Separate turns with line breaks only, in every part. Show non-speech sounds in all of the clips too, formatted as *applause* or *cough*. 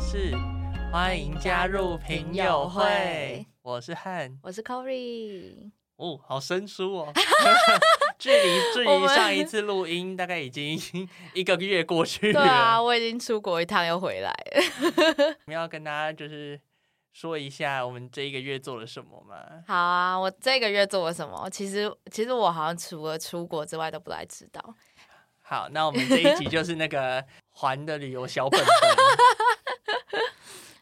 是欢迎加入评友会，我是汉。
我是 Corey。
哦，好生疏 *laughs* 哦。距离距
我
离
们
上一次录音大概已经一个月过去
*laughs*
了。
对啊，我已经出国一趟又回来了。
我们要跟大家就是说一下我们这一个月做了什么嘛。
好啊，我这个月做了什么？其实其实我好像除了出国之外都不太知道。
好，那我们这一集就是那个环的旅游小本本。 *laughs*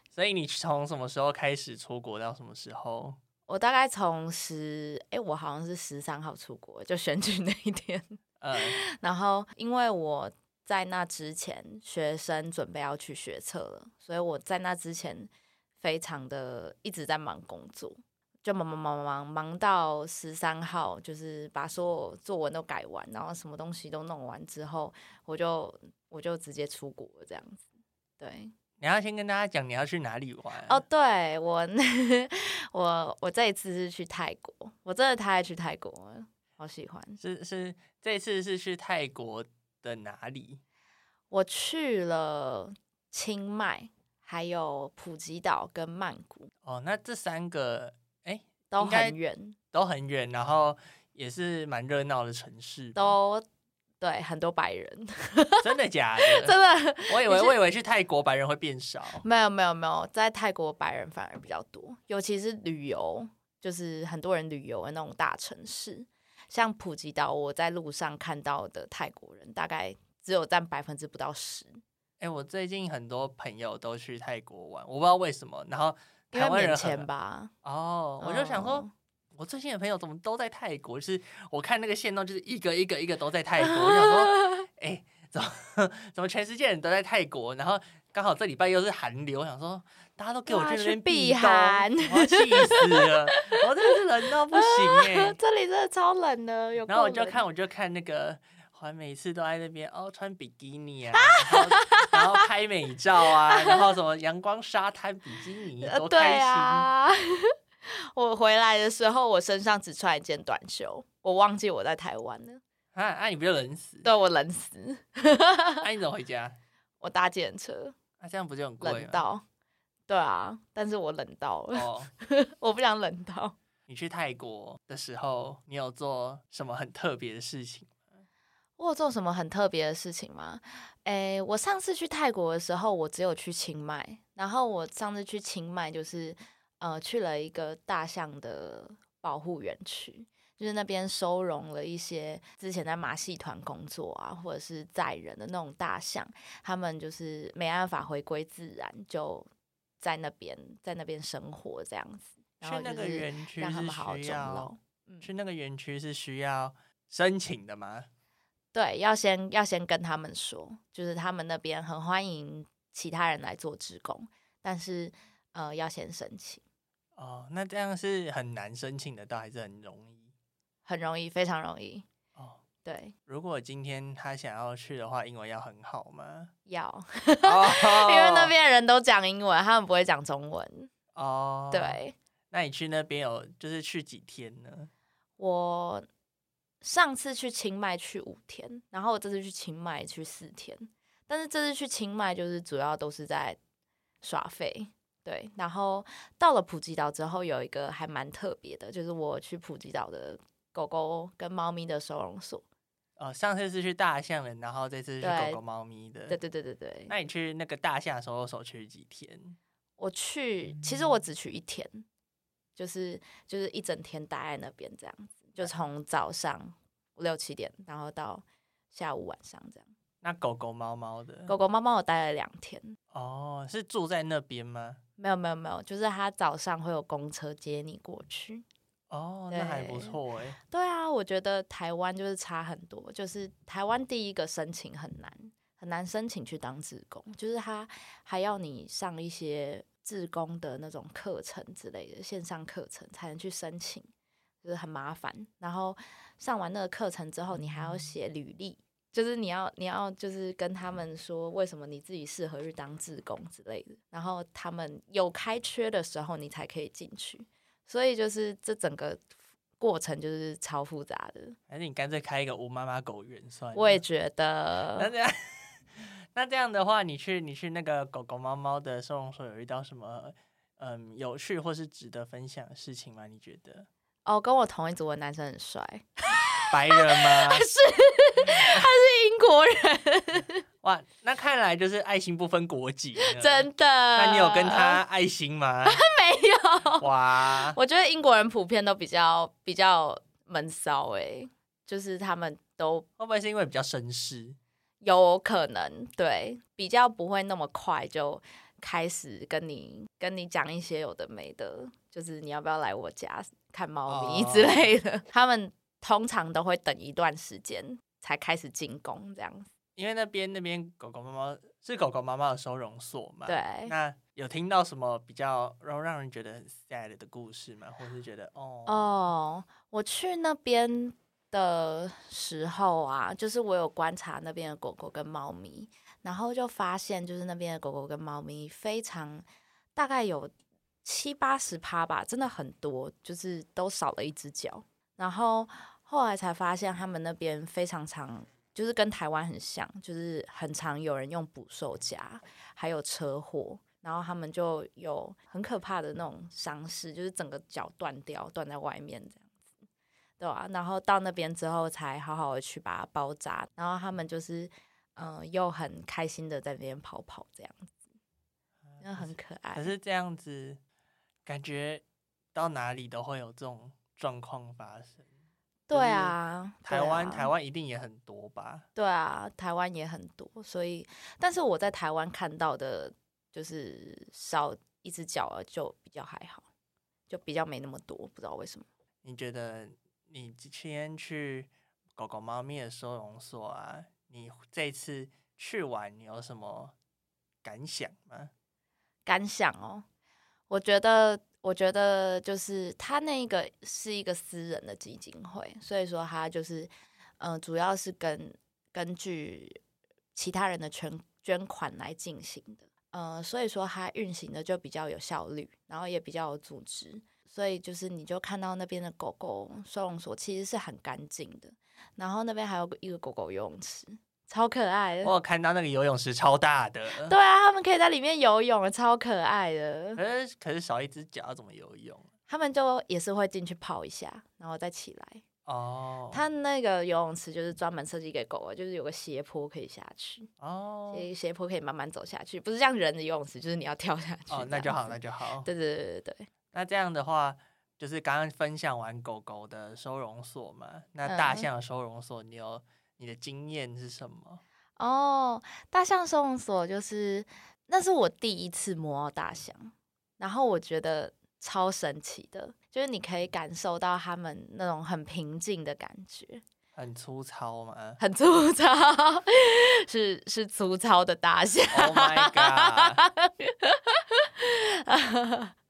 所以你从什么时候开始出国到什么时候？
我大概从十哎，我好像是十三号出国，就选举那一天。
嗯，
然后因为我在那之前学生准备要去学测了，所以我在那之前非常的一直在忙工作，就忙忙忙忙忙忙到十三号，就是把所有作文都改完，然后什么东西都弄完之后，我就我就直接出国了这样子。对，
你要先跟大家讲你要去哪里玩
哦，对我 *laughs* 我我这一次是去泰国，我真的太爱去泰国了，好喜欢。
是是，这次是去泰国的哪里？
我去了清迈，还有普吉岛跟曼谷，
哦，那这三个哎、
都
应该嗯
很远，
都很远，然后也是蛮热闹的城市吧，
都对很多白人， *laughs*
真的假的？
真的
我以为
你是
我以为去泰国白人会变少，
没有没有没有，在泰国白人反而比较多，尤其是旅游，就是很多人旅游的那种大城市，像普吉岛，我在路上看到的泰国人大概只有占百分之不到十，
哎、我最近很多朋友都去泰国玩，我不知道为什么。然后
因
台
为
湾人
免
很
签吧， *laughs*
哦，我就想说，
嗯
我最近的朋友怎么都在泰国？就是我看那个线动，就是一个一个一个都在泰国。我想
*laughs*
说，哎、怎么 *laughs* 怎么全世界人都在泰国？然后刚好这礼拜又是寒流，我想说大家都给我
哇
去那边
去避
冬
寒
我要气死了！我真的是冷到不
*laughs*
行哎、
这里真的超冷的，有
然后我
够
就
冷
看，我就看那个。环每次都在那边哦，穿比基尼啊，然后然后拍美照啊，然后什么阳光沙滩比基尼，
呃
多
对
开心！
啊， *laughs* 我回来的时候，我身上只穿一件短袖，我忘记我在台湾了。
啊啊，你不就冷死？
对我冷死，
啊，你怎么回家？
我搭计程车
啊，这样不就很贵
冷
吗？
到，对啊，但是我冷到了，
哦，
我不想冷到。
你去泰国的时候，你有做什么很特别的事情？
我有做什么很特别的事情吗？诶，我上次去泰国的时候，我只有去清迈，然后我上次去清迈就是呃去了一个大象的保护园区，就是那边收容了一些之前在马戏团工作啊，或者是载人的那种大象，他们就是没办法回归自然，就在那边在那边生活这样子，然后
去那
就
个
是
园区
让他
是
们好好
需
终老
要。去那个园区是需要申请的吗？
对，要先要先跟他们说，就是他们那边很欢迎其他人来做职工，但是呃要先申请，
哦，那这样是很难申请得到，还是很容易？
很容易，非常容易。
哦，
对，
如果今天他想要去的话，英文要很好吗？
要，
哦
*laughs* 因为那边人都讲英文，他们不会讲中文。
哦，，
对
那你去那边有就是去几天呢？
我上次去清迈去五天，然后我这次去清迈去四天，但是这次去清迈就是主要都是在耍废。对，然后到了普吉岛之后，有一个还蛮特别的，就是我去普吉岛的狗狗跟猫咪的收容所。
哦，上次是去大象人，然后这次是去
对
狗狗、猫咪的。
对对对对对，
那你去那个大象收容所去几天？
我去，其实我只去一天，就是就是一整天待在那边这样子，就从早上六七点，然后到下午晚上这样。
那狗狗、猫猫的
狗狗猫猫我待了两天，
哦，是住在那边吗？
没有没有没有，就是他早上会有公车接你过去。
哦，那还不
对
错哎。
对啊，我觉得台湾就是差很多，就是台湾第一个申请很难，很难申请去当志工，就是他还要你上一些志工的那种课程之类的线上课程才能去申请，就是很麻烦。然后上完那个课程之后，你还要写履历。就是你要，你要就是跟他们说为什么你自己适合去当志工之类的，然后他们有开缺的时候你才可以进去，所以就是这整个过程就是超复杂的。
啊还是你干脆开一个吴妈妈狗园算了？
我也觉
那
得，
这样， *laughs* 那这样的话，你去你去那个狗狗猫猫的收容所有遇到什么嗯有趣或是值得分享的事情吗？你觉得
哦，跟我同一组的男生很帅，
白人
*laughs*
吗？
是英国人，
哇，那看来就是爱心不分国籍呢，
真的。
嗯那你有跟他
*laughs*
爱心吗？
没有？ *laughs*
哇，
我觉得英国人普遍都比较比较闷骚，哎，就是他们都
会不会是因为比较绅士？
有可能对比较不会那么快就开始跟你跟你讲一些有的没的，就是你要不要来我家看猫咪
哦
之类的。 *laughs* 他们通常都会等一段时间才开始进攻，这样子。
因为那边那边狗狗猫猫是狗狗猫猫的收容所嘛？。
对，
那有听到什么比较让让人觉得很 sad 的故事吗？或是觉得哦，
哦，我去那边的时候啊，就是我有观察那边的狗狗跟猫咪，然后就发现就是那边的狗狗跟猫咪非常大概有七八十趴吧，真的很多，就是都少了一只脚。然后后来才发现他们那边非常常。就是跟台湾很像，就是很常有人用捕兽夹，还有车祸，然后他们就有很可怕的那种伤势，就是整个脚断掉，断在外面这样子，对啊？然后到那边之后才好好的去把它包扎，然后他们就是嗯、呃又很开心的在那边跑跑这样子，真的很可爱
啊可。是这样子，感觉到哪里都会有这种状况发生。
对啊，
台湾、
对啊
台湾一定也很多吧？
对啊，台湾也很多，所以，但是我在台湾看到的，就是少一只脚啊，就比较还好，就比较没那么多，不知道为什么。
你觉得你今天去狗狗、猫咪的收容所啊，你这次去玩你有什么感想吗？
感想哦，我觉得，我觉得就是他那个是一个私人的基金会，所以说他就是，嗯、主要是根根据其他人的捐捐款来进行的，呃，所以说它运行的就比较有效率，然后也比较有组织，所以就是你就看到那边的狗狗收容所其实是很干净的，然后那边还有一个狗狗游泳池，超可爱的
我。有看到那个游泳池超大的，
对啊，他们可以在里面游泳，超可爱的。
可是可是少一只脚要怎么游泳？
他们就也是会进去泡一下，然后再起来。
哦，
它那个游泳池就是专门设计给狗的，就是有个斜坡可以下去，
哦
所以斜坡可以慢慢走下去，不是像人的游泳池，就是你要跳下去。
哦，那就好，那
了。
就好。
对对对对对，
那这样的话，就是刚刚分享完狗狗的收容所嘛，那大
嗯
象的收容所，你有你的经验是什么？
哦，大象收容所就是那是我第一次摸到大象，然后我觉得超神奇的，就是你可以感受到他们那种很平静的感觉。
很粗糙吗
很粗糙， *laughs* 是是粗糙的大象。
？Oh my
*laughs*
god！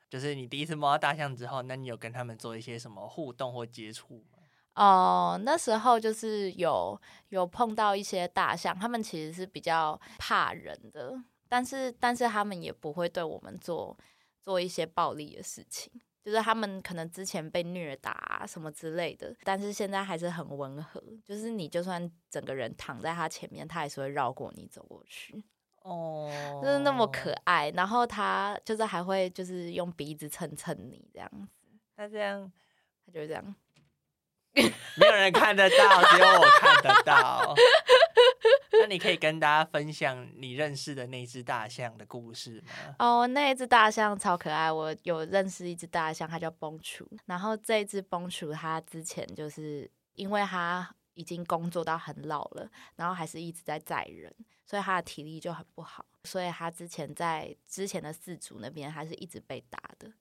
就是你第一次摸到大象之后，那你有跟他们做一些什么互动或接触吗？
哦，那时候就是有有碰到一些大象，他们其实是比较怕人的，但是但是他们也不会对我们做做一些暴力的事情，就是他们可能之前被虐打、啊、什么之类的，但是现在还是很温和，就是你就算整个人躺在他前面，他还是会绕过你走过去。
哦，
就是那么可。爱，然后它就是还会就是用鼻子蹭蹭你这样子，
那这样
它就会这样。
没有人看得到，只有我看得
*laughs*
到。那你可以跟大家分享你认识的那只大象的故事吗？
哦，那一只大象超可爱，我有认识一只大象，它叫崩楚，然后这一只崩楚它之前就是因为它已经工作到很老了，然后还是一直在载人，所以它的体力就很不好，所以它之前在之前的四组那边还是一直被打的，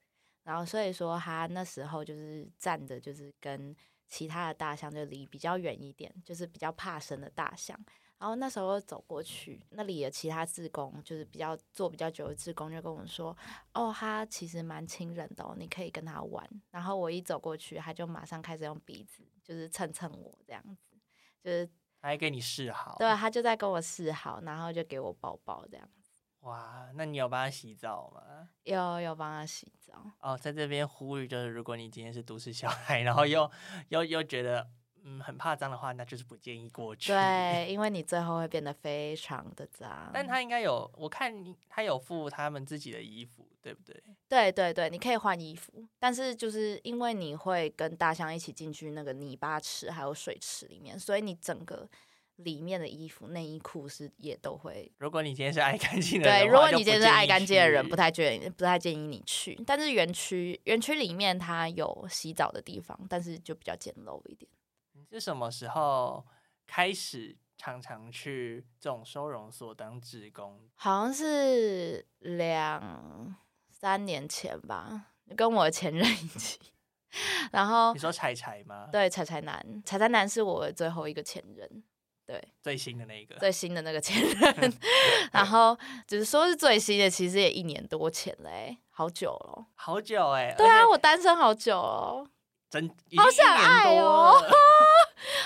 然后所以说它那时候就是站的就是跟其他的大象就离比较远一点，就是比较怕生的大象。然后那时候走过去，那里的其他志工就是比较做比较久的志工，就跟我说：“哦，他其实蛮亲人的、哦，你可以跟他玩。”然后我一走过去，他就马上开始用鼻子就是蹭蹭我这样子，就是
它还给你示好。
对，他就在跟我示好，然后就给我抱抱这样。
哇，那你有帮它洗澡吗？
有有帮他洗
*laughs*
澡，
哦，在这边呼吁就是，如果你今天是都市小孩，然后又又又觉得嗯很怕脏的话，那就是不建议过去。
对，因为你最后会变得非常的脏。
但他应该有，我看他有附他们自己的衣服，对不对？
对对对，你可以换衣服，但是就是因为你会跟大象一起进去那个泥巴池还有水池里面，所以你整个里面的衣服、内衣裤是也都会。
如果你今天是爱干净的人
对，
的
如
话
果你
就
今天
不
是
建
爱
议
干净的人，
去
不太建议不太建议你去。但是园区园区里面它有洗澡的地方，但是就比较简陋一点。
你是什么时候开始常常去这种收容所当志工？
好像是两三年前吧，跟我前任一起， *laughs* 然后
你说柴柴吗？，
对彩彩男，彩彩男是我最后一个前任，对。
最新的那
*laughs*
一个。
最新的那个前 *laughs* 任，然后只是说是最新的，其实也一年多前嘞、好久 *laughs* 了。
好久哎、
对啊，
而且
我单身好久哦，
真已
好
经一
想
年
爱
多
哦
了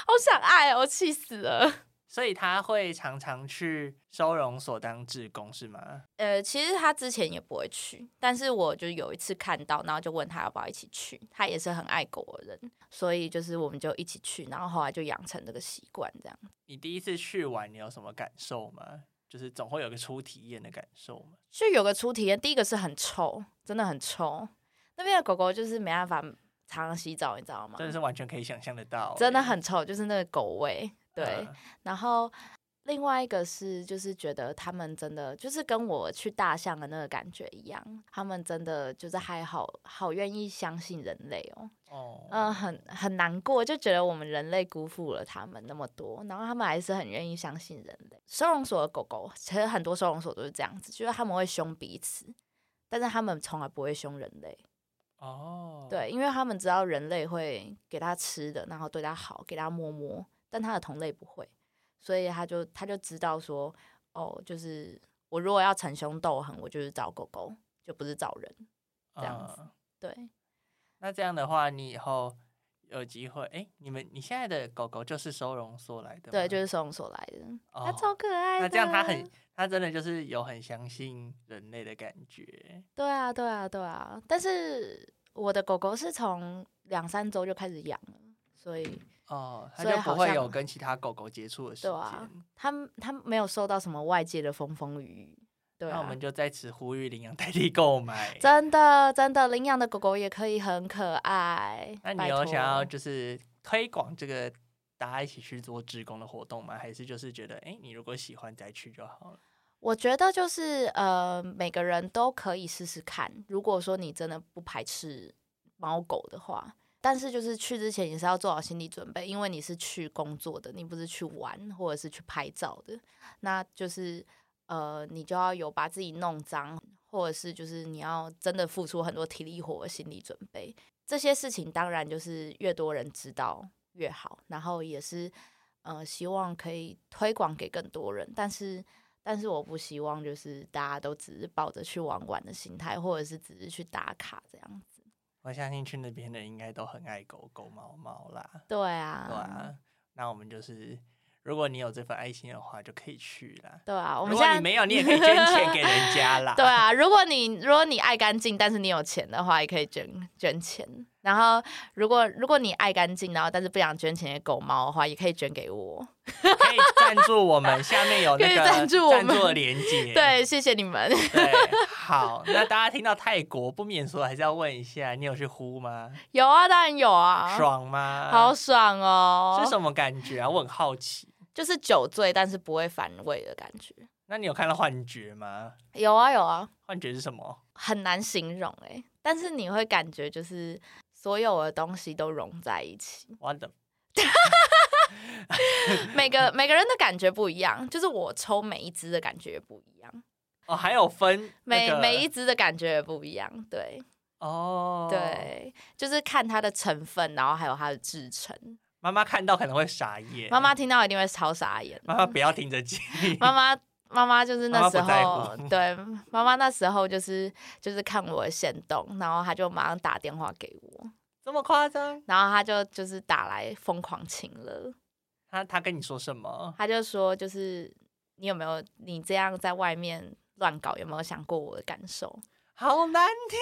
好想爱哦，气死了。
所以他会常常去收容所当志工是吗？
*laughs* 呃，其实他之前也不会去，但是我就有一次看到，然后就问他要不要一起去。他也是很爱狗的人，所以就是我们就一起去，然后后来就养成这个习惯，这样
你第一次去玩，你有什么感受吗？就是总会有个初体验的感受嘛。
就有个初体验。第一个是很臭，真的很臭，那边的狗狗就是没办法常常洗澡，你知道吗？
真的是完全可以想象得到欸、
真的很臭，就是那个狗味。对，
嗯
然后另外一个是，就是觉得他们真的就是跟我去大象的那个感觉一样，他们真的就是还好好愿意相信人类哦，
哦，
嗯、很很难过，就觉得我们人类辜负了他们那么多，然后他们还是很愿意相信人类。收容所的狗狗，其实很多收容所都是这样子，就是他们会凶彼此，但是他们从来不会凶人类。
哦，，
对，因为他们知道人类会给它吃的，然后对它好，给它摸摸，但它的同类不会，所以他就他就知道说，哦，就是我如果要逞凶斗狠，我就是找狗狗，就不是找人。这样子
嗯
对，
那这样的话，你以后有机会，哎、你们你现在的狗狗就是收容所来的吗，
对，就是收容所来的，它、
哦
超可爱的。
那这样它很，它真的就是有很相信人类的感觉。
对啊，对啊，对啊。但是我的狗狗是从两三周就开始养了，所以
哦，它
所以
就不
好
会
像
有跟其他狗狗接触的时
对
间。
啊它它没有受到什么外界的风风雨雨。对
那
啊，
我们就在此呼吁领养代替购买。
真的，真的，领养的狗狗也可以很可爱。
那你
拜
有
托
想要就是推广这个大家一起去做志工的活动吗？还是就是觉得，哎、你如果喜欢再去就好了？
我觉得就是呃，每个人都可以试试看。如果说你真的不排斥猫狗的话，但是就是去之前也是要做好心理准备，因为你是去工作的，你不是去玩或者是去拍照的，那就是呃，你就要有把自己弄脏，或者是就是你要真的付出很多体力活的心理准备。这些事情当然就是越多人知道越好，然后也是呃，希望可以推广给更多人，但是。但是我不希望就是大家都只是抱着去玩玩的心态，或者是只是去打卡这样子。
我相信去那边的人应该都很爱狗狗、猫猫啦，
对啊，
对啊。那我们就是，如果你有这份爱心的话，就可以去啦。
对啊，我们
如果
现在
你没有，你也可以捐钱给人家啦。
*laughs* 对啊，如果你如果你爱干净，但是你有钱的话，也可以捐捐钱。然后，如果如果你爱干净，然后但是不想捐钱给狗猫的话，也可以捐给我。
可以赞助我们，下面有那
可以
个
赞助我们
的连接。
*laughs* 对，谢谢你们。 *laughs*
对，好，那大家听到泰国不免说还是要问一下，你有去呼吗？
有啊，当然有啊，
爽吗？
好爽哦，
是什么感觉啊？我很好奇。
就是酒醉但是不会反胃的感觉。
那你有看到幻觉吗？
有啊，有啊，
幻觉是什么？
很难形容哎、但是你会感觉就是所有的东西都融在一起，
我的
每个每个人的感觉不一样，就是我抽每一支的感觉也不一样，
哦，还有分
每、
那个
每一支的感觉也不一样，对、
哦，，
对，就是看它的成分，然后还有它的制成。
妈妈看到可能会傻眼，
妈妈听到一定会超傻眼，
妈妈不要听着急，
妈妈妈妈就是那时候，
妈妈不在乎
对妈妈那时候就是就是看我的行动，然后她就马上打电话给我，
*laughs* 这么夸张？
然后她就就是打来疯狂请了。
他他跟你说什么？
他就说，就是你有没有你这样在外面乱搞，有没有想过我的感受？ *laughs*
好难听。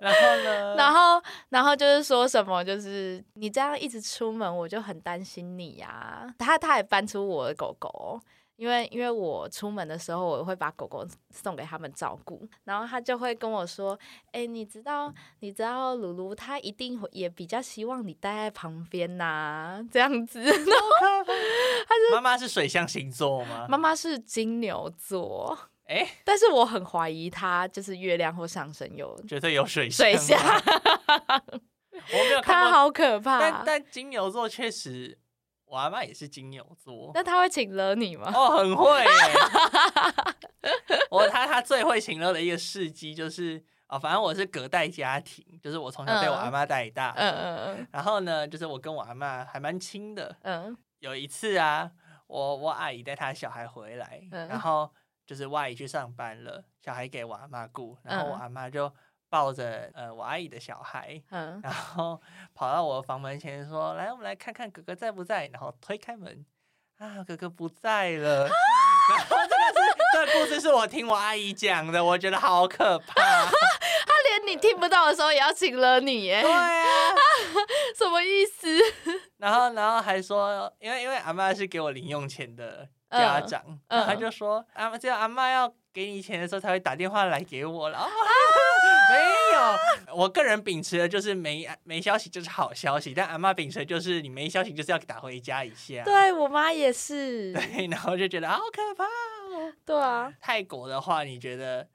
然后呢？
然后，然后就是说什么，就是你这样一直出门，我就很担心你呀、他他还搬出我的狗狗，因为因为我出门的时候，我会把狗狗送给他们照顾，然后他就会跟我说：“哎、你知道你知道鲁鲁他一定会也比较希望你待在旁边呐、这样子。” *laughs*
妈妈是水象星座吗？
妈妈是金牛座，
哎，
但是我很怀疑他就是月亮或上升有
绝对有水象
水
啊
下，
我没有看
他
过，
好可怕
但。但金牛座确实，我阿妈也是金牛座，
那他会请了你吗？
哦，很会耶。我他他最会情乐的一个事迹就是啊、反正我是隔代家庭，就是我从小被我阿妈带大，
*laughs* 嗯嗯
然后呢，就是我跟我阿妈还蛮亲的。
嗯
有一次啊，我我阿姨带她小孩回来，
嗯
然后就是我阿姨去上班了，小孩给我阿妈顾，然后我
嗯
阿妈就抱着呃我阿姨的小孩，
嗯嗯，
然后跑到我房门前说：“来，我们来看看哥哥在不在。”然后推开门，啊，哥哥不在了。然后这个是这个故事是我听我阿姨讲的，我觉得好可怕。
他连
呃
你听不到的时候也要请了你耶
*laughs* 对，啊，
什么意思？
然后然后还说，因为因为阿妈是给我零用钱的家
嗯
长，
嗯
他就说阿妈只有阿妈要给你钱的时候才会打电话来给我了。哦
啊
没有，我个人秉持的就是没没消息就是好消息，但阿妈秉持的就是你没消息就是要打回家一下。
*laughs* 对我妈也
*laughs*
是，
对，然后就觉得好可怕哦。
对啊，
泰国的话，你觉得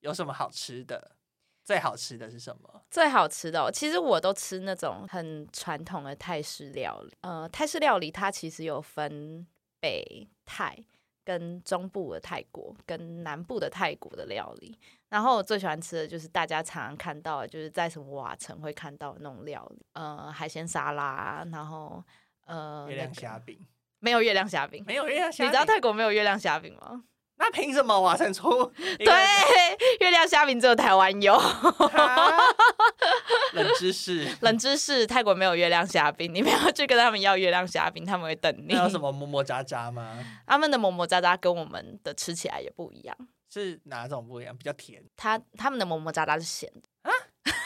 有什么好吃的？最好吃的是什么？
最好吃的、哦，其实我都吃那种很传统的泰式料理。呃，泰式料理它其实有分北泰跟中部的泰国跟南部的泰国的料理。然后我最喜欢吃的就是大家常常看到的，就是在什么瓦城会看到的那种料理，呃，海鲜沙拉，然后呃，
月亮
那个
虾饼？
没有月亮虾饼，
没有月亮
你
虾
知道
饼，
泰国没有月亮虾饼吗？
那凭什么瓦城
*laughs*
出？对
对， *laughs* 月亮虾饼只有台湾有。。
冷知识
冷知识：泰国没有月亮虾饼，你不要去跟他们要月亮虾饼，他们会等
*laughs*
你
那。有什么么么喳喳吗？
他们的么么喳喳跟我们的吃起来也不一样，
是哪种不一样？比较甜
他他们的么么喳喳是咸的。
啊
*laughs*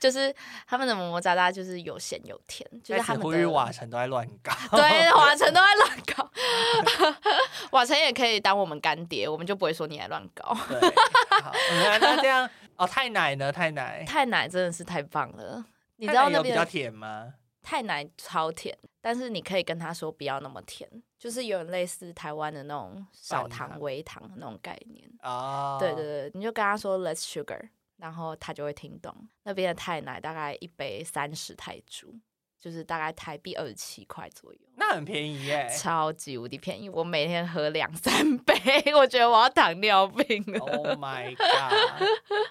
就是他们的么么喳喳，就是有咸有甜，就
在
是他
此
们
呼
的
吁瓦城都在乱搞。
*laughs* 对瓦城都在乱搞， *laughs* 瓦城也可以当我们干爹，我们就不会说你来乱
*laughs*
搞。
对，好，那那这样哦，太奶呢？太奶，
太奶真的是太棒了，你知
泰
道
奶
那
有比
边
较
的
甜吗？
太奶超甜，但是你可以跟他说不要那么甜，就是有点类似台湾的那种少
半
糖
糖
微糖那种概念。
哦，
对对对，你就跟他说 less sugar，然后他就会听懂。那边的太奶大概一杯三十泰铢，就是大概台币二十七块左右。
那很便宜耶。
超级无敌便宜，我每天喝两三 *laughs* 杯，我觉得我要糖尿病了。
Oh
*laughs*
my god！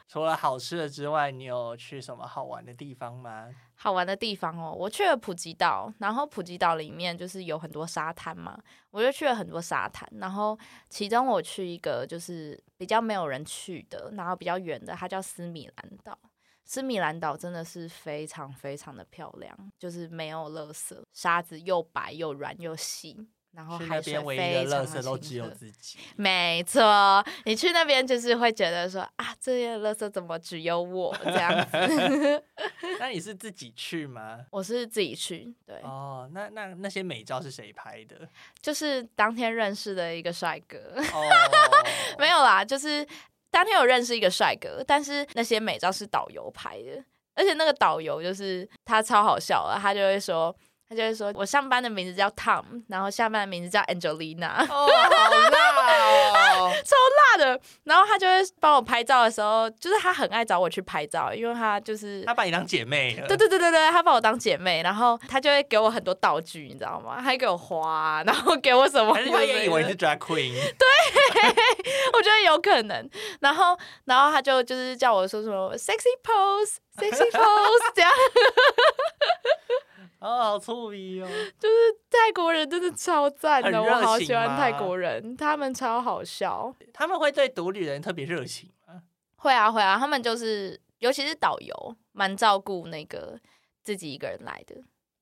除了好吃的之外，你有去什么好玩的地方吗？
好玩的地方哦，我去了普吉岛，然后普吉岛里面就是有很多沙滩嘛，我就去了很多沙滩，然后其中我去一个就是比较没有人去的，然后比较远的，它叫斯米兰岛。斯米兰岛真的是非常非常的漂亮，就是没有垃圾，沙子又白又软又细，然后
去
哦海
那
水
边唯
非
一的
常的
垃圾都只有
清澈
自己。
没错，你去那边就是会觉得说啊，这些垃圾怎么只有我这样子？ *laughs*
那你是自己去吗？
我是自己去， *laughs* 对，
哦，那那那些美照是谁拍
*laughs*
的？
就是当天认识的一个帅哥， *laughs*
哦，
没有啦，就是当天有认识一个帅哥，但是那些美照是导游拍的，而且那个导游就是他超好笑的，他就会说，他就会说我上班的名字叫 Tom，然后下班的名字叫 Angelina， *laughs*
哦，好辣哦！
大的，然后他就会帮我拍照的时候，就是他很爱找我去拍照，因为他就是
*laughs* 他把你当姐妹了。
对对对对对，他把我当姐妹，然后他就会给我很多道具，你知道吗？还给我花，然后给我什么？
还是他也以为你是 drag queen，
我觉得有可能。然后，然后他就就是叫我说什么 sexy pose、
*laughs*
sexy pose，这样
哦，好粗鄙哦！
泰国人真的超赞
很
的，
热
我
情
好喜欢泰
吗
国人，他们超好笑。
他们会对独旅人特别热情吗？
会啊会啊，他们就是尤其是导游，蛮照顾那个自己一个人来的。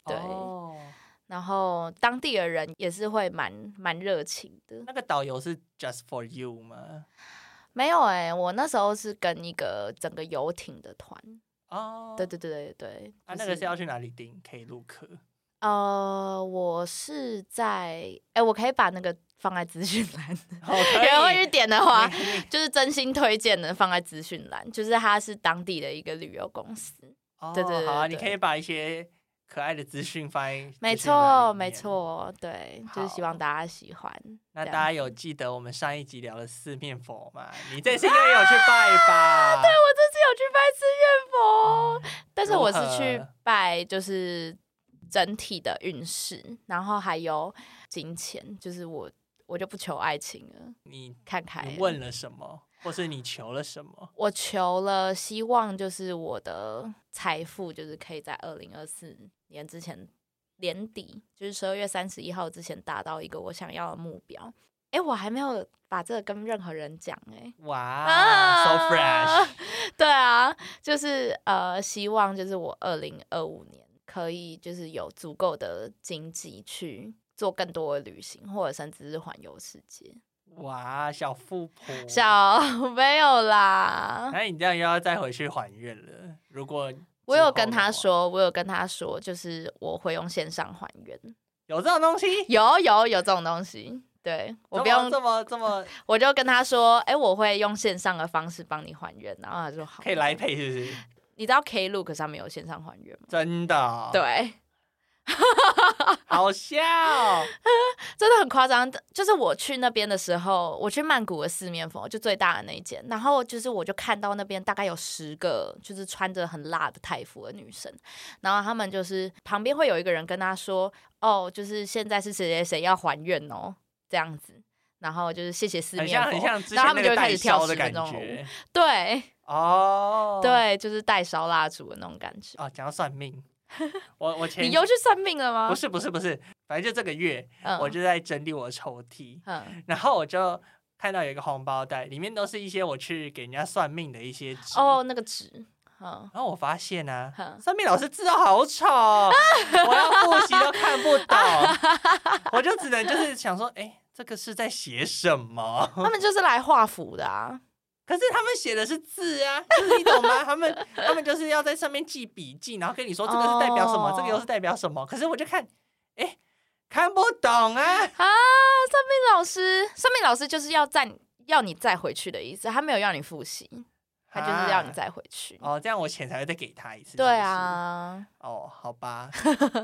对
哦
然后当地的人也是会蛮蛮热情的，
那个导游是 just for you 吗？
欸没有哎、我那时候是跟一个整个游艇的团，
哦，
对对对对对，
啊，
就
那个是要去哪里订？可以录
*laughs*
课
呃，我是在哎、我可以把那个放在资讯栏， *laughs*
哦，
有
可
人会
以
去点的话，
可以
就是真心推荐的放在资讯栏，就是它是当地的一个旅游公司，
哦，
*laughs* 对对对
好啊，
对
你可以把一些可爱的资讯放在
没
资讯栏里
错没
面。
错，对，就是希望
好
大家喜欢。
那
这
大
样
家有记得我们上一集聊的四面佛吗？你这次应该也有去拜
*laughs*
吧？对，
我这次有去拜四面佛，但是
如
我是
何
去拜就是整体的运势，然后还有金钱，就是我我就不求爱情了，
你
看开了
你问了什么，或是你求了什么？
我求了，希望就是我的财富就是可以在二零二四年之前年底，就是十二月三十一号之前达到一个我想要的目标。诶，我还没有把这个跟任何人讲诶。 *laughs*
哇、
啊
s o fresh！ *laughs*
对啊，就是呃，希望就是我二零二五年可以就是有足够的经济去做更多的旅行，或者甚至是环游世界。
哇，小富婆，
小 *laughs* 没有啦，
那你这样又要再回去还愿了。如果
我
之
有
后
跟
的
他
话，
说，我有跟他说，就是我会用线上还原，
有这种东西，
有有有这种东西。对，我不
怎么
用
这，么这
*laughs*
么
我就跟他说，哎、我会用线上的方式帮你还原，然后他说好。
可以来配，是不是？
你知道 Klook 上面有线上还原吗？
真的，，
对，
好笑。 *laughs*
真的很夸张。就是我去那边的时候，我去曼谷的四面佛，就最大的那一间，然后就是我就看到那边大概有十个就是穿着很辣的泰服的女生，然后她们就是旁边会有一个人跟她说：“哦，就是现在是谁谁谁要还愿哦，这样子。”然后就是谢谢四
很
面
像
佛，
很像之前
然后他
那
们就
个
会开
代
始跳
销的
十
感
分钟的舞，
觉
哦对
哦，
对，就是带烧蜡烛的那种感觉。
哦，讲到算
*laughs*
命，我我前
你又去算命了吗？
不，是不是不是，反正就这个月
嗯
我就在整理我的抽屉，
嗯，
然后我就看到有一个红包袋，里面都是一些我去给人家算命的一些纸
哦，那个纸，嗯，
然后我发现呢、啊，
哼
算命老师字都好丑，哦我要复习都看不懂，我就只能就是想说，哎、这个是在写什么？ *laughs*
他们就是来画符的啊。
可是他们写的是字啊，就是你懂吗？他们他们就是要在上面记笔记，然后跟你说这个是代表什么
哦
这个又是代表什么。可是我就看，哎、看不懂啊。
啊，算命老师，算命老师就是要再要你再回去的意思，他没有要你复习，他就是要你再回去。
啊哦，这样我钱才会再给他一次。
对啊，
是不是，哦，好
*laughs*
吧，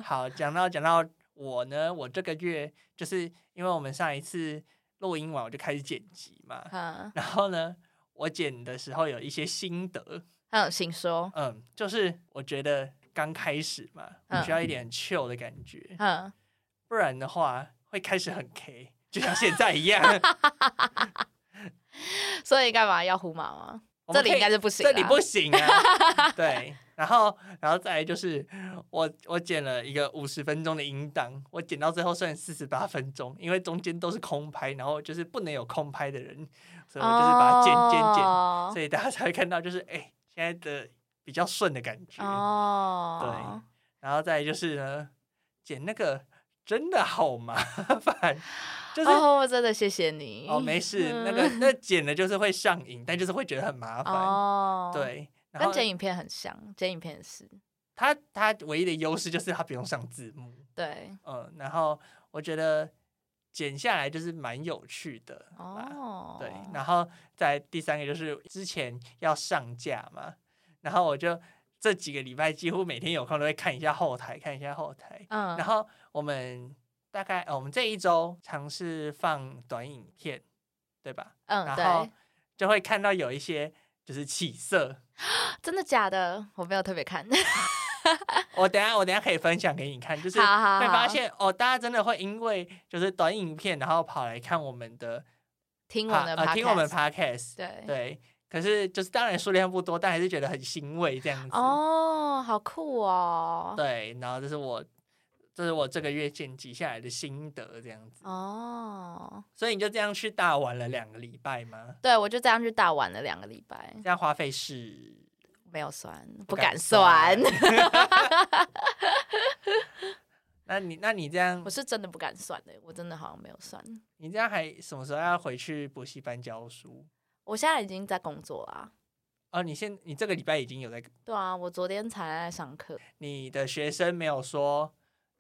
好，讲到讲到我呢，我这个月就是因为我们上一次录音完我就开始剪辑嘛，
嗯，
然后呢，我剪的时候有一些心得，
嗯，请说，
嗯，就是我觉得刚开始嘛，我
嗯
需要一点 chill 的感觉，
嗯，
不然的话会开始很 K，就像现在
*laughs*
一样。
所以干嘛要胡马吗？
我
这
们
里
可以
应该是不行
这
啦，
里不行
*laughs*
啊。对，然后然后再来就是我我剪了一个五十分钟的音档，我剪到最后剩四十八分钟，因为中间都是空拍，然后就是不能有空拍的人，所以我就是把它剪剪剪，
哦
所以大家才会看到就是哎、现在的比较顺的感觉。
哦，
然后再来就是呢，剪那个真的好麻烦，就是。
哦，真的谢谢你。
哦，没事，那个
嗯
那剪了就是会上瘾，但就是会觉得很麻烦。
哦，，
对，然
跟
后
剪影片很像，剪影片也是
它它唯一的优势就是它不用上字幕，
对
嗯，然后我觉得剪下来就是蛮有趣的啦。
哦，
对，然后再第三个就是之前要上架嘛，然后我就这几个礼拜几乎每天有空都会看一下后台，看一下后台。
嗯，
然后我们大概、呃、我们这一周尝试放短影片，对吧？
嗯，
然后
对，
就会看到有一些就是起色。
真的假的？我没有特别看，
我等一下我等一下可以分享给你看，就是会
好好
发
好
现哦，大家真的会因为就是短影片，然后跑来看我们的
听我
pod-
的
呃听我们
podcast
podcast，
对
对。可是就是当然数量不多，但还是觉得很欣慰这样子。
哦，好酷哦！
对，然后这是我这是我这个月剪辑下来的心得这样子。
哦，
所以你就这样去大玩了两个礼拜吗？
对我就这样去大玩了两个礼拜，
这样花费是
没有算，
不
不
敢
敢算，
那你那你这样
*laughs* 我是真的不敢算的，我真的好像没有算。
你这样还什么时候要回去补习班教书？
我现在已经在工作啦，
啊，你现你这个礼拜已经有在，
对啊，我昨天才来上课，
你的学生没有说，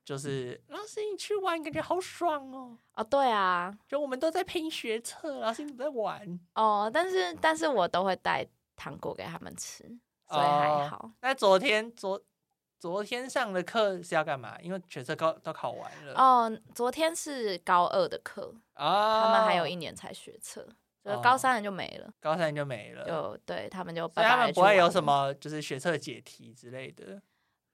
就是
嗯
老师你去玩感觉好爽哦，
哦，对啊，
就我们都在拼学测，老师你在玩。
哦，但是但是我都会带糖果给他们吃，所以还
哦
好。
那昨天昨昨天上的课是要干嘛？因为学测考都考完了
哦，昨天是高二的课，
啊
他们还有一年才学测，就是高
哦
三人就没了，
高三就没了，
就对他们就拜
所以
拜
他
了
们
去
不会有
玩
什
了
么就是学测解题之类的。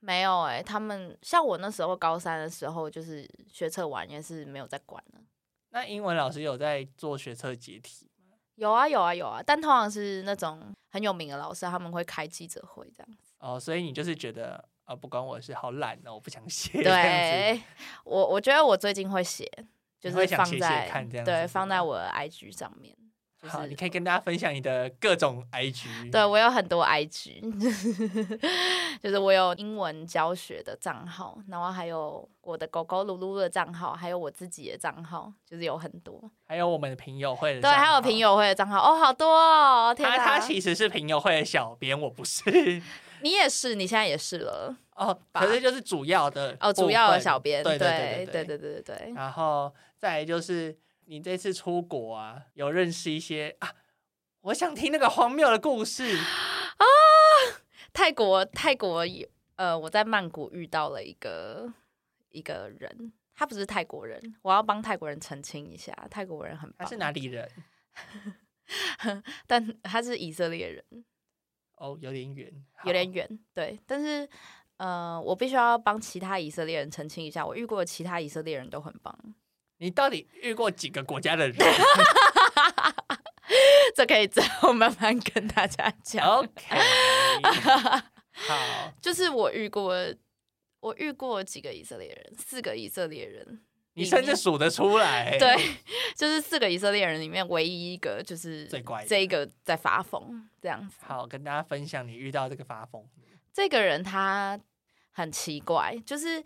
没有哎、他们像我那时候高三的时候，就是学测完也是没有在管了。
那英文老师有在做学测解题吗
有啊有啊有啊，但通常是那种很有名的老师，他们会开记者会这样。
哦，所以你就是觉得啊，不关我的事，好懒哦，我不想 *laughs* 写。这样子，
对，我我觉得我最近会写，就
你会
是
想
放
写写
在
看这样子
对
是
放在
吗
我的 IG 上面，就
好，
是
你可以跟大家分享你的各种 IG。
对我有很多 IG，就是我有英文教学的账号，然后还有我的狗狗噜噜的账号，还有我自己的账号，就是有很多。
还有我们的评友会的
对，
账号，
还有评友会的账号哦，好多哦！天
他
哪，
他其实是评友会的小编，我不
*laughs*
是
你也是，你现在也是了
*laughs* 哦，
吧
可是就是主要的
哦，主
部
要的
分
小编，
对
对
对
对
对
对对对
然后再来就是你这次出国啊，有认识一些啊，我想听那个荒谬的故
*gasps*
事
泰国泰国有呃，我在曼谷遇到了一个一个人，他不是泰国人，我要帮泰国人澄清一下，泰国人很
他
棒，
是哪里人？
但他是以色列人，
哦，有点远，
有点
好。
远，对，但是。呃，我必须要帮其他以色列人澄清一下，我遇过的其他以色列人都很棒， *laughs*
你到底遇过几个国家的人 *laughs*
这可以 *laughs* 之后慢慢跟大家讲。 *laughs*
？OK，好，
就是我遇过，我遇过几个以色列人，四个以色列人，
你
里
甚至
面
数得出来。
对， *laughs* 就是四个以色列人里面唯一一个就是
最乖的
这一个在发疯这样子。
好，跟大家分享你遇到这个发疯。
这个人他很奇怪，就是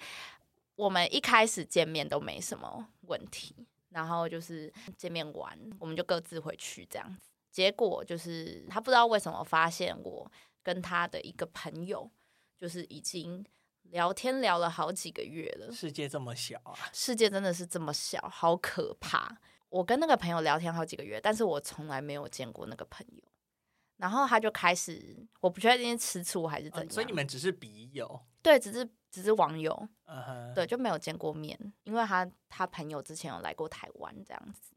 我们一开始见面都没什么问题，然后就是见面完我们就各自回去这样子。结果就是他不知道为什么发现我跟他的一个朋友，就是已经聊天聊了好几个月了。
世界这么小啊，
世界真的是这么小，好可怕。我跟那个朋友聊天好几个月，但是我从来没有见过那个朋友。然后他就开始，我不确定是吃醋还是怎
呃
样，
所以你们只是笔友。
对，只是只是网友，
嗯哼，
对，就没有见过面，因为他他朋友之前有来过台湾这样子。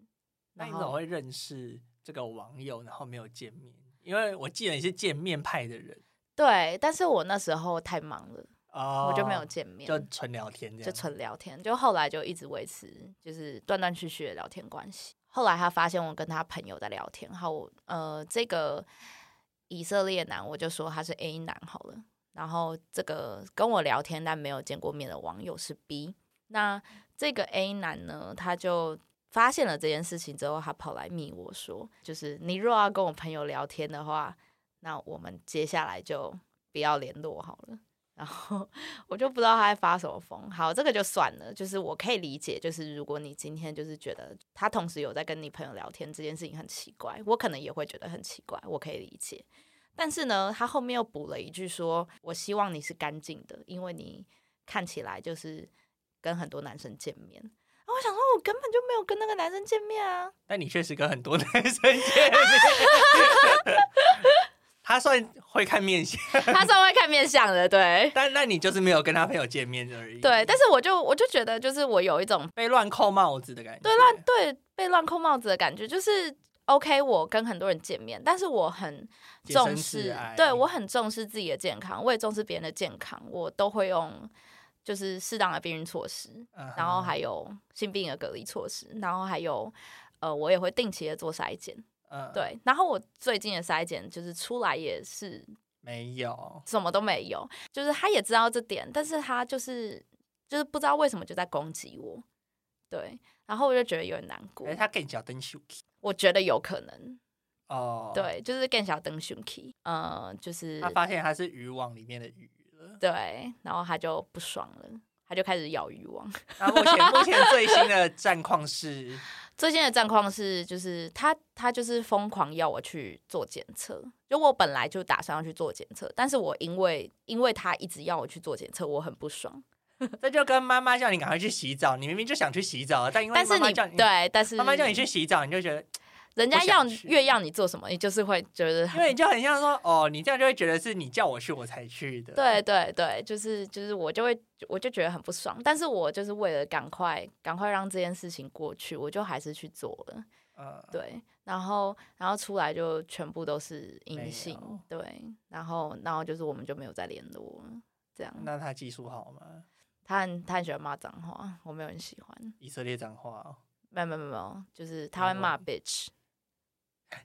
那你
然
怎么
后
会认识这个网友，然后没有见面？因为我记得你是见面派的人，
对，但是我那时候太忙了，
哦，
我就没有见面，
就纯聊天这样，
就纯聊天，就后来就一直维持就是断断续续的聊天关系。后来他发现我跟他朋友在聊天，然后我呃，这个以色列男我就说他是 A 男好了，然后这个跟我聊天但没有见过面的网友是 B，那这个 A 男呢，他就发现了这件事情之后，他跑来密我说，就是你若要跟我朋友聊天的话，那我们接下来就不要联络好了。然后我就不知道他在发什么疯。好，这个就算了，就是我可以理解，就是如果你今天就是觉得他同时有在跟你朋友聊天这件事情很奇怪，我可能也会觉得很奇怪，我可以理解。但是呢，他后面又补了一句说：“我希望你是干净的，因为你看起来就是跟很多男生见面。”然后我想说，我根本就没有跟那个男生见面啊。 *laughs*
但你确实跟很多 *laughs* 男生见面。他算会看面相，
他稍微看面相
*laughs*
的，对
但那你就是没有跟他朋友见面而已。
对。但是我就我就觉得，就是我有一种
被乱扣帽子的感觉。
对乱对被乱扣帽子的感觉，就是 OK，我跟很多人见面，但是我很
洁身
重
自
视
爱，
对我很重视自己的健康，我也重视别人的健康，我都会用就是适当的避孕措施，
嗯哼，
然后还有性病的隔离措施，然后还有呃，我也会定期的做筛检，
嗯，
对，然后我最近的筛检就是出来也是
没有，
什么都没有，就是他也知道这点，但是他就是就是不知道为什么就在攻击我，对，然后我就觉得有点难过
哎，，他更小灯秀
我觉得有可能，
哦，，
对，就是更小灯熊 key，呃，就是
他发现他是渔网里面的鱼了。
对，然后他就不爽了，他就开始咬渔网，
那目前目前最新的战况是，
最近的战况是，就是他他就是疯狂要我去做检测，就我本来就打算要去做检测，但是我因为因为他一直要我去做检测，我很不爽。
这就跟妈妈叫你赶快去洗澡，你明明就想去洗澡，但因为
但是
妈妈
你
叫你，
对，但是
妈妈叫你去洗澡，你就觉得，
人家
不
要
想
你
去
越要你做什么，你就是会觉得
因为你就很像说，哦，你这样就会觉得是你叫我去我才去的。
对对对，就是就是我就会我就觉得很不爽，但是我就是为了赶快赶快让这件事情过去，我就还是去做了。
嗯，
对，然后然后出来就全部都是阴
没
性
有，
对，然后然后就是我们就没有再联络了。这样，
那他技术好吗？
他很他很喜欢骂脏话，我没有很喜欢。
以色列脏话、哦，
没有没有没有，就是他
没
会
有
骂 bitch，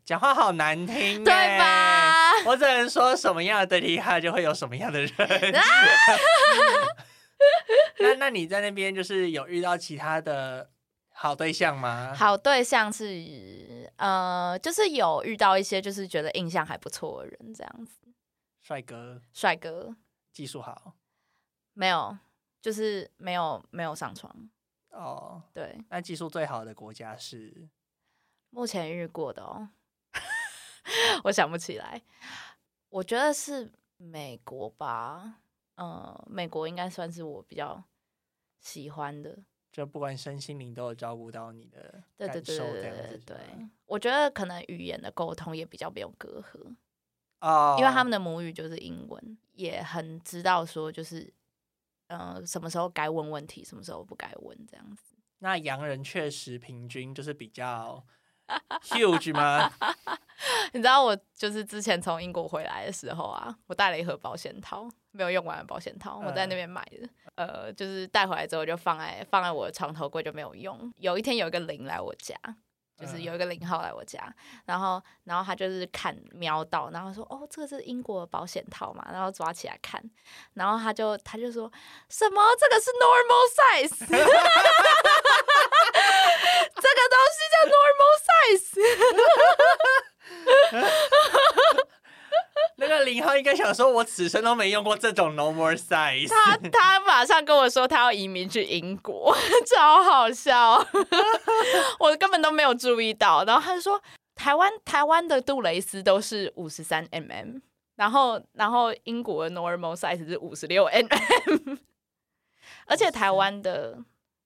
讲话好难听、欸
对？吧？
*laughs* 我只能说什么样的厉害就会有什么样的人。
啊 *laughs*
那那你在那边就是有遇到其他的好对象吗？
好对象是呃，就是有遇到一些就是觉得印象还不错的人，这样子，
帅哥，
帅哥
技术好
没有，就是没有没有上床。
哦。
对，
那技术最好的国家是
目前遇过的哦， *laughs* 我想不起来，我觉得是美国吧，呃，美国应该算是我比较喜欢的。
就不管身心灵都有照顾到你的
对
感
对对
受，
对
这样
对
子
对
是吗
对，我觉得可能语言的沟通也比较没有隔阂。
哦，
因为他们的母语就是英文，也很知道说就是，呃，什么时候该问问题，什么时候不该问这样子。
那洋人确实平均就是比较 *laughs* huge 吗？
你知道我就是之前从英国回来的时候啊，我带了一盒保险套，没有用完的保险套，我在那边买的。呃，就是带回来之后就放在放在我的床头柜就没有用。有一天有一个零来我家。就是有一个零号来我家，然后然后他就是看瞄到，然后说哦，这个是英国的保险套嘛，然后抓起来看，然后他就他就说什么这个是 normal size，这个东 *laughs* 西叫 normal size，
那个林浩应该想说，我此生都没用过这种 no more size。
他他马上跟我说他要移民去英国， *laughs* 超好笑， *laughs* 我根本都没有注意到。然后他就说，台湾台湾的杜蕾斯都是五十三 mm，然后然后英国的 normal size 是五十六 mm，而且台湾的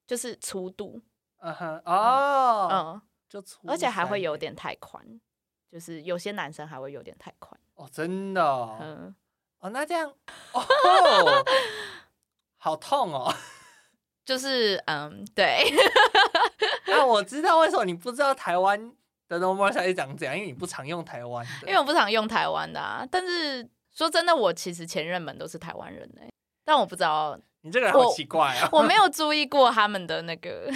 就是粗度，
*laughs* 嗯哼，哦，
嗯，
就粗三，
而且还会有点太宽，就是有些男生还会有点太宽，
哦，真的哦，
嗯，
哦那这样，哦，好痛哦。 *laughs*
就是嗯，对。
那我知道为什么你不知道台湾的 no more size 长怎样，因为你不常用台湾的。
因为我不常用台湾的啊。但是说真的，我其实前任们都是台湾人哎、但我不
*laughs*
知道，
你这个人
我
好奇怪啊，
我没有注意过他们的那个，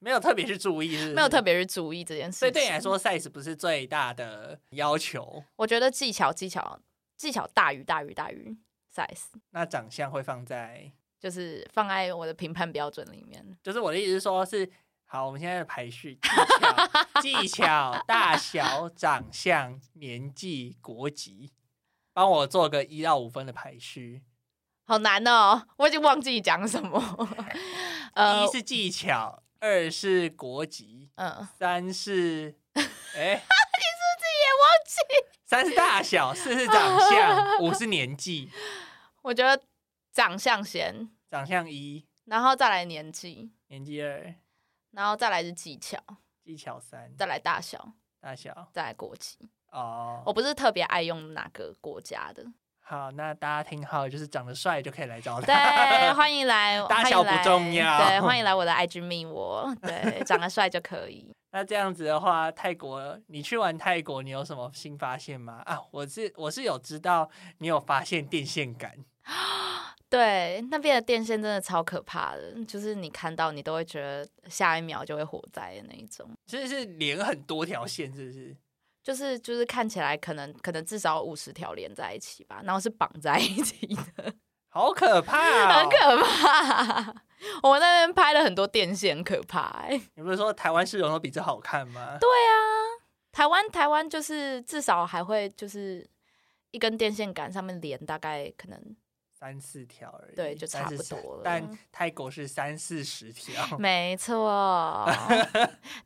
没有特别去注意是不是
没有特。别去注意这件事情。
所以对你来，说，size 不是最大的要求，
我觉得技巧技巧技巧大于大于大于 size，
那长相会放在，
就是放在我的评判标准里面。
就是我的意思是说是，好，我们现在的排序，技巧、技巧、大小、长相、年纪、国籍，帮我做个一到五分的排序。
好难哦，我已经忘记讲什么。呃
一，是技巧，二是国籍，
嗯、呃，
三是，哎、 *laughs* 你是不是也忘记？ *laughs* 三是大小，四是长相， *laughs* 五是年纪。
我觉得长相先，
长相一，
然后再来年纪，
年纪二，
然后再来是技巧，
技巧三，
再来大小，
大小
再来国籍。我
哦。
不是特别爱用哪个国家的。
好，那大家听好，就是长得帅就可以来找
对，
他。
欢迎来，
*laughs* 大小
欢迎来
不重要
对，欢迎来我的 IG 密我，对，长得帅就可以。
*laughs* 那这样子的话，泰国，你去玩泰国，你有什么新发现吗？啊，我是我是有知道你有发现电线杆，
对，那边的电线真的超可怕的，就是你看到你都会觉得下一秒就会火灾的那一种，
其实是连很多条线，是不是？
就是就是看起来可能可能至少五十条连在一起吧，然后是绑在一起的，
好可怕、哦！
很可怕。 *laughs* 我们那边拍了很多电线，很可怕、欸。
你不是说台湾市容都比这好看吗？
对啊，台湾台湾就是至少还会就是一根电线杆上面连大概可能
三四条而已，
对就差
但是
不
三
多了
但泰国是三四十条，
*laughs* 没错，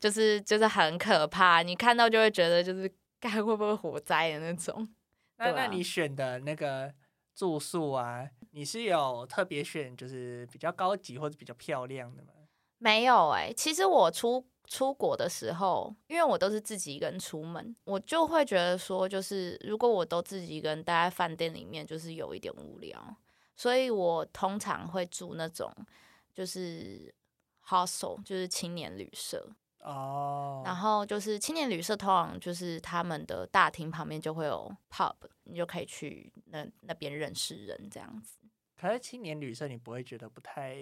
就是就是很可怕，你看到就会觉得就是该会不会火灾的那种。
那
对
那
啊
你选的那个住宿啊，你是有特别选就是比较高级或者比较漂亮的吗？
没有哎、其实我出出国的时候，因为我都是自己一个人出门，我就会觉得说，就是如果我都自己一个人待在饭店里面，就是有一点无聊，所以我通常会住那种就是 hostel，就是青年旅社。
哦，
然后就是青年旅社，通常就是他们的大厅旁边就会有 pub，你就可以去那那边认识人这样子。
可是青年旅社你不会觉得不太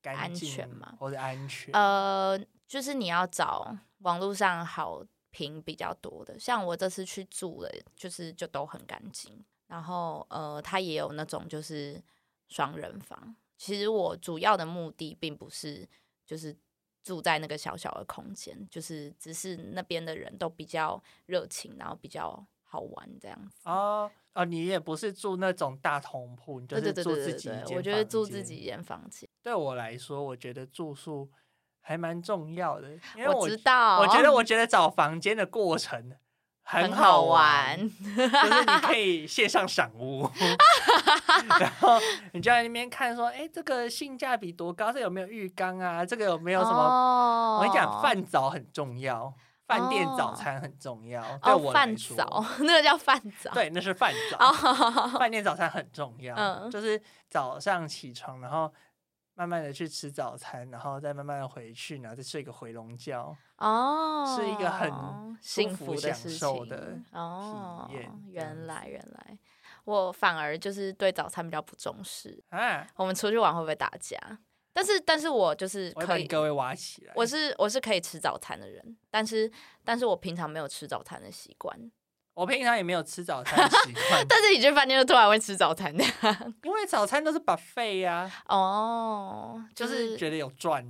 干
安
净
全吗
或者安全？
呃，就是你要找网络上好评比较多的，像我这次去住的，就是就都很干净。然后呃，它也有那种就是双人房。其实我主要的目的并不是就是住在那个小小的空间，就是只是那边的人都比较热情，然后比较好玩这样子。
哦哦，你也不是住那种大同铺，你就
对对
是
对
住
对
自
对
己一
对，
间
我觉得
房
住自
间
己一间房间，
对我来说，我觉得住宿还蛮重要的，因为我
我知道，
我
哦
觉得我觉得找房间的过程
很
好
好玩，
就是你可以线上赏屋， *laughs* 然后你就在那边看说，哎、这个性价比多高，这有没有浴缸啊？这个有没有什么？
哦
我跟你讲，饭早很重要，饭店早
哦
餐很重要。对
哦，
我来
饭
说，
早，那个叫饭早。
对，那是饭早。
哦，
饭店早餐很重要，
嗯
就是早上起床，然后慢慢的去吃早餐，然后再慢慢的回去，然后再睡一个回笼觉。
哦，
是一个很
幸
舒服
福的
享
事
受
情
的
哦
体验这样。子
原来原来，我反而就是对早餐比较不重视。
啊，
我们出去玩会不会打架？但是但是我就是
我要把
可
你
以，
各位挖起来。
我是我是可以吃早餐的人，但是但是我平常没有吃早餐的习惯。，
我平常也没有吃早餐的习惯
但是你去饭店就突然会吃早餐的 *laughs*
因为早餐都是 buffet 呀、啊，
哦，
就
就是是
觉得有赚，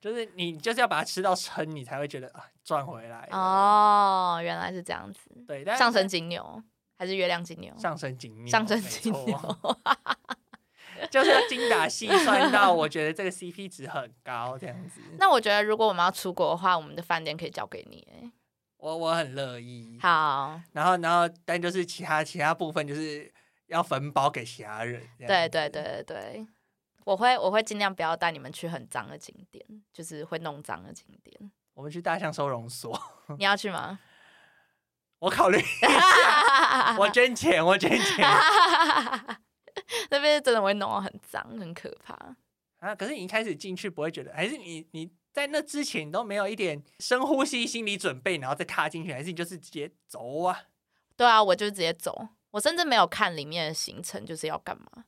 就是你就是要把它吃到撑，你才会觉得啊赚回来。
哦，原来是这样子。
对，但
上升金牛还是月亮金牛？
上升紧密，
哦上升哦
没
金
错
牛。
*laughs*
*laughs*
就是要精打细算到，我觉得这个 CP 值很高，这样子，
那我觉得，如果我们要出国的话，我们的饭店可以交给你欸。
我我很乐意。
好，
然后然后，但就是其他其他部分就是要分包给其他人。这样
对
子
对对对对，我会我会尽量不要带你们去很脏的景点，就是会弄脏的景点。
我们去大象收容所， *laughs*
你要去吗？ *laughs*
我考虑，我捐钱，我捐
*laughs*
钱
那边真的会弄得很脏，很可怕。
啊！可是你一开始进去不会觉得，还是你你在那之前你都没有一点深呼吸、心理准备，然后再踏进去，还是你就是直接走啊？
对啊，我就直接走，我甚至没有看里面的行程就是要干嘛，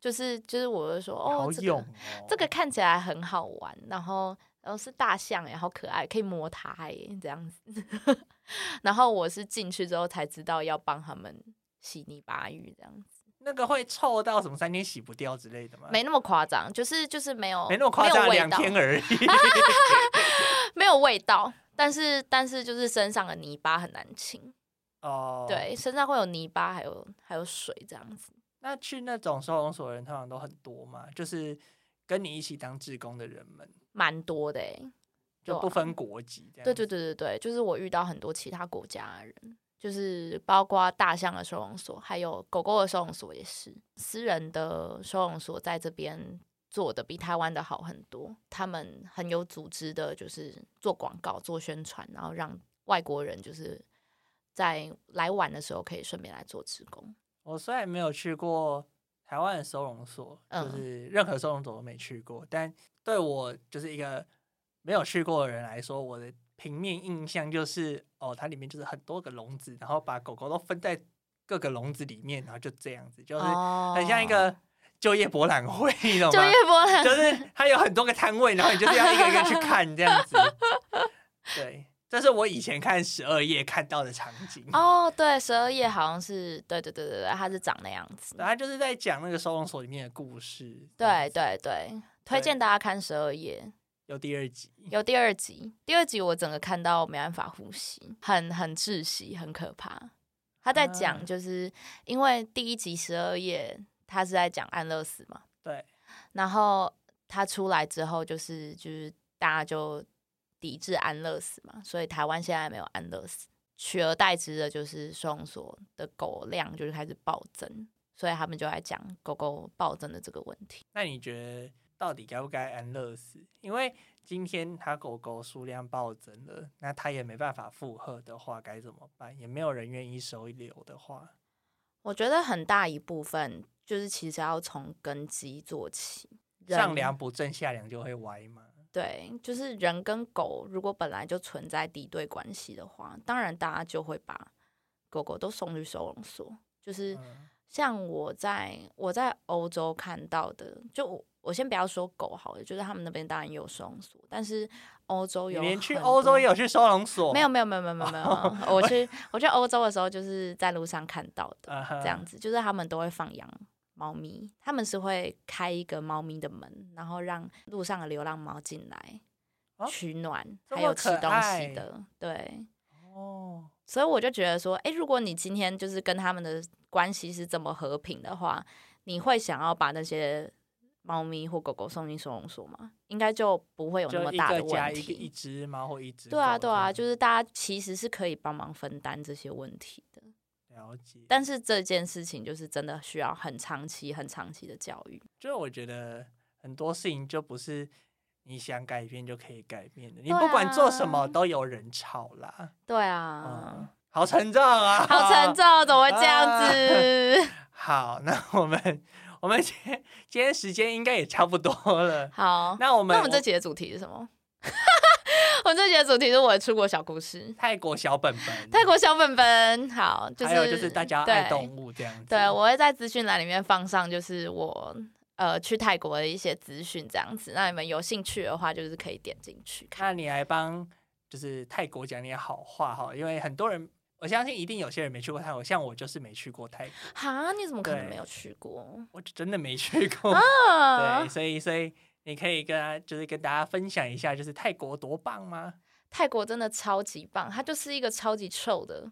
就是就是我就说哦
好，
这
勇
个
哦，
这个看起来很好玩，然后然后是大象耶，然后可爱，可以摸它耶，这样子。 *laughs* 然后我是进去之后才知道要帮他们洗泥巴浴，这样子
那个会臭到什么三天洗不掉之类的吗？
没那么夸张，就是就是没有
啊没那么夸张，
没有
两
味道，
天
*laughs*
而已。
没有味道，但是但是就是身上的泥巴很难清，
哦，，
对，身上会有泥巴，还有还有水这样子。
那去那种收容所的人通常都很多嘛，就是跟你一起当志工的人们，
蛮多的哎、
就
对啊
不分国籍这样。
对对，对对对，就是我遇到很多其他国家的人，就是包括大象的收容所，还有狗狗的收容所也是。私人的收容所在这边做的比台湾的好很多，他们很有组织的，就是做广告、做宣传，然后让外国人就是在来玩的时候可以顺便来做职工。
我虽然没有去过台湾的收容所，就
嗯
是任何收容所都没去过，但对我就是一个没有去过的人来说，我的平面印象就是哦，它里面就是很多个笼子，然后把狗狗都分在各个笼子里面，然后就这样子，就是
哦
很像一个就业博览会，你懂
就
吗？
业博
*laughs*
览
就。是它有很多个摊位，然后你就是要一个一个去看这样
*laughs*
子。对，这是我以前看十二夜看到的场景。
哦，对，十二夜好像是，对对对对对，它是长那样子
对。啊他就是在讲那个收容所里面的故事。这样
对
子，
对对，推
对
荐大家看十二夜。
有第二集。
有第二集，第二集我整个看到没办法呼吸，很很窒息，很可怕，他在
啊
讲就是因为第一集十二页他是在讲安乐死嘛，
对，
然后他出来之后，就是就是大家就抵制安乐死嘛，所以台湾现在没有安乐死，取而代之的就是收容所的狗量就是开始暴增，所以他们就来讲狗狗暴增的这个问题。
那你觉得到底该不该安乐死？因为今天他狗狗数量暴增了，那他也没办法负荷的话，该怎么办？也没有人愿意收留的话，
我觉得很大一部分就是其实要从根基做起，人
上梁不正下梁就会歪嘛。
对，就是人跟狗如果本来就存在敌对关系的话，当然大家就会把狗狗都送去收容所，就是。
嗯
像我在我在欧洲看到的，就我我先不要说狗好了，就是他们那边当然也有收容所，但是欧洲
你
有
连去
很
欧洲
多
也有去收容所，
没有？没有没有没有没有
*laughs*
没有，我去我去欧洲的时候就是在路上看到的，
啊哈
这样子，就是他们都会放养猫咪，他们是会开一个猫咪的门，然后让路上的流浪猫进来
哦
取暖，
这
还
么
有吃
可
东
爱
西的，对。
哦，
所以我就觉得说，诶，如果你今天就是跟他们的关系是这么和平的话，你会想要把那些猫咪或狗狗送进收容所吗？应该就不会有那
就
么
一
大
个
的
家
问
一个一
题。
只猫或一只
对啊，
狗
对啊，
这
就
样
是大家其实是可以帮忙分担这些问题的，
了解。
但是这件事情就是真的需要很长期、很长期的教育。
就是我觉得很多事情就不是你想改变就可以改变的，你
对
不管做什
啊
么都有人吵啦。
对
嗯
啊，，
好沉重啊，
好沉。重，怎么会这样
啊
子？
好，那我们我们今天今天时间应该也差不多了。
好，
啊那我们
哦那我们这集的主题是什么？ *laughs* 我们这集的主题是我的出国小故事。
泰国小本本，
泰国小本本，好，就是
还有就是大家爱动
对
物这样子。
对，我会在资讯栏里面放上，就是我呃去泰国的一些资讯这样子。那你们有兴趣的话，就是可以点进去看。
那你来帮就是泰国讲点好话哈，因为很多人我相信一定有些人没去过泰国，像我就是没去过泰国，
哈，你怎么可能
对
没有去过？
我就真的没去过。
啊
对，，所以所以你可以跟他就是跟大家分享一下，就是泰国多棒吗？
泰国真的超级棒，它就是一个超级臭的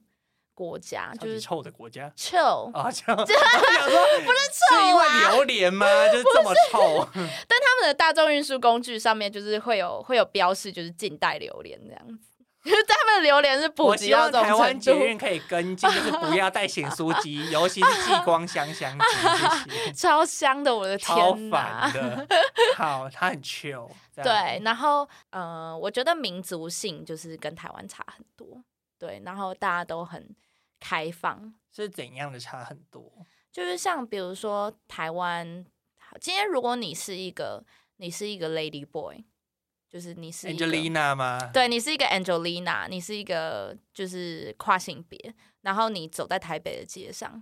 国家，
超
就
级
是
臭的国家。
*laughs* 臭，
啊，就我想
*laughs*
说，不是臭、是因
啊
为榴莲吗？就是这么臭，
*laughs* 但他们的大众运输工具上面就是会有会有标示，就是近代榴莲这样子。 *laughs* 就是他们的榴莲是普
我
及
希
到
望
这种
台湾
程
捷
度，
运可以跟进，就是不要带显酥鸡，尤其是激光香香鸡这些，
*laughs* 超香的，我的
超
天哪
烦！的。好，它很 chill，这样
对，然后呃，我觉得民族性就是跟台湾差很多，对，然后大家都很开放，
是怎样的差很多？
就是像比如说台湾，好今天如果你是一个你是一个 lady boy，就是你是一个
Angelina 吗？
对你是一个 Angelina，你是一个就是跨性别，然后你走在台北的街上，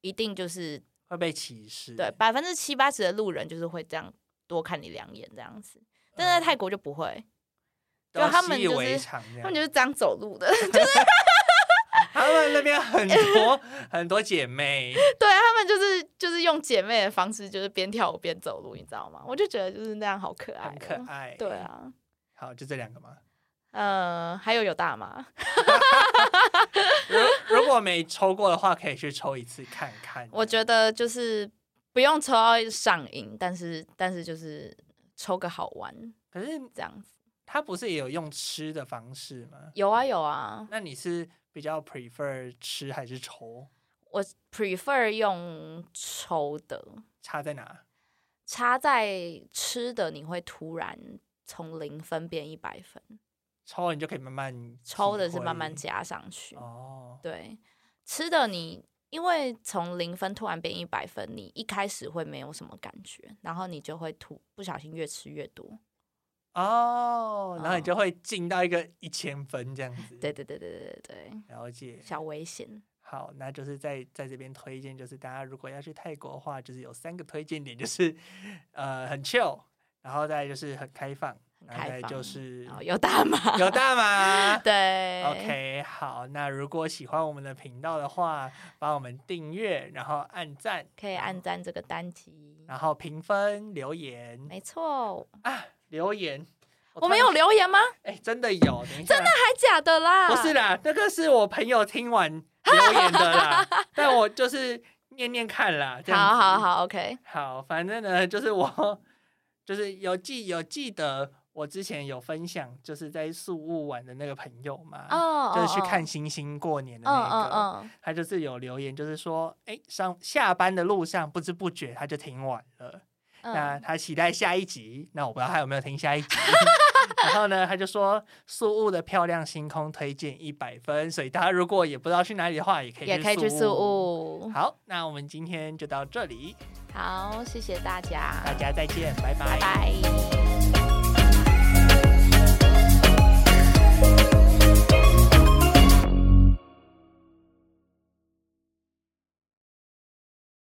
一定就是
会被歧视。
对，百分之七八十的路人就是会这样多看你两眼这样子，但
嗯
在泰国就不会。
都
就他们
习以
就是
为常这
他
样
们就是这样走路的， *laughs*
他们那边很多很多姐妹，
对他们就是就是用姐妹的方式，就是边跳舞边走路，你知道吗？我就觉得就是那样好可爱、哦
很可。爱。
对，啊，
好，就这两个嘛。
呃，还有有大麻，
如 *laughs* 如果没抽过的话，可以去抽一次看看。
我觉得就是不用抽到上瘾，但是但是就是抽个好玩
可是
这样子。
他不是也有用吃的方式吗？
有啊有啊，
那你是比较 prefer 吃还是抽？
我 prefer 用抽的，
差在哪？
插在吃的你会突然从零分变一百分，
抽了你就可以慢慢
抽
体
的是慢
会
慢加上去。
哦，
对，吃的你因为从零分突然变一百分，你一开始会没有什么感觉，然后你就会突不小心越吃越多。
哦，然后你就
哦
会进到一个一千分这样子。
对，对对对对对对，
了解。
小危险。
好，那就是在在这边推荐，就是大家如果要去泰国的话，就是有三个推荐点，就是呃很 chill，然后再来就是很开放，
很
然后
开
再来就
放
是
然后有大麻，。
有大麻
*laughs* 对
OK，好，那如果喜欢我们的频道的话，帮我们订阅，然后按赞，
可以按赞这个单集，
然后评分、留言
没错。
啊，留言。
我
突
们
然
有留言吗？
哎、真的有，等一下，真的
太假的啦！
不是啦，那个是我朋友听完留言的
*laughs*
啦，但我就是念念看啦。这样
好
子
好好，OK，
好，反正呢，就是我就是有记有记得我之前有分享，就是在宿务玩的那个朋友嘛，
哦，
啊就是去
哦
看，星星过年的
嗯
那个，
嗯
他就是有留言，就是说，哎、上下班的路上不知不觉他就听完了，
嗯，
那
嗯
他期待下一集，那我不知道他有没有听下一集。 *laughs* 然后呢，他就说宿雾的漂亮星空推荐一百分，所以大家如果也不知道去哪里的话，也可以
也可以去
宿
宿
雾。
务。
好，那我们今天就到这里，
好，谢谢大家，
大家再见，拜
拜拜。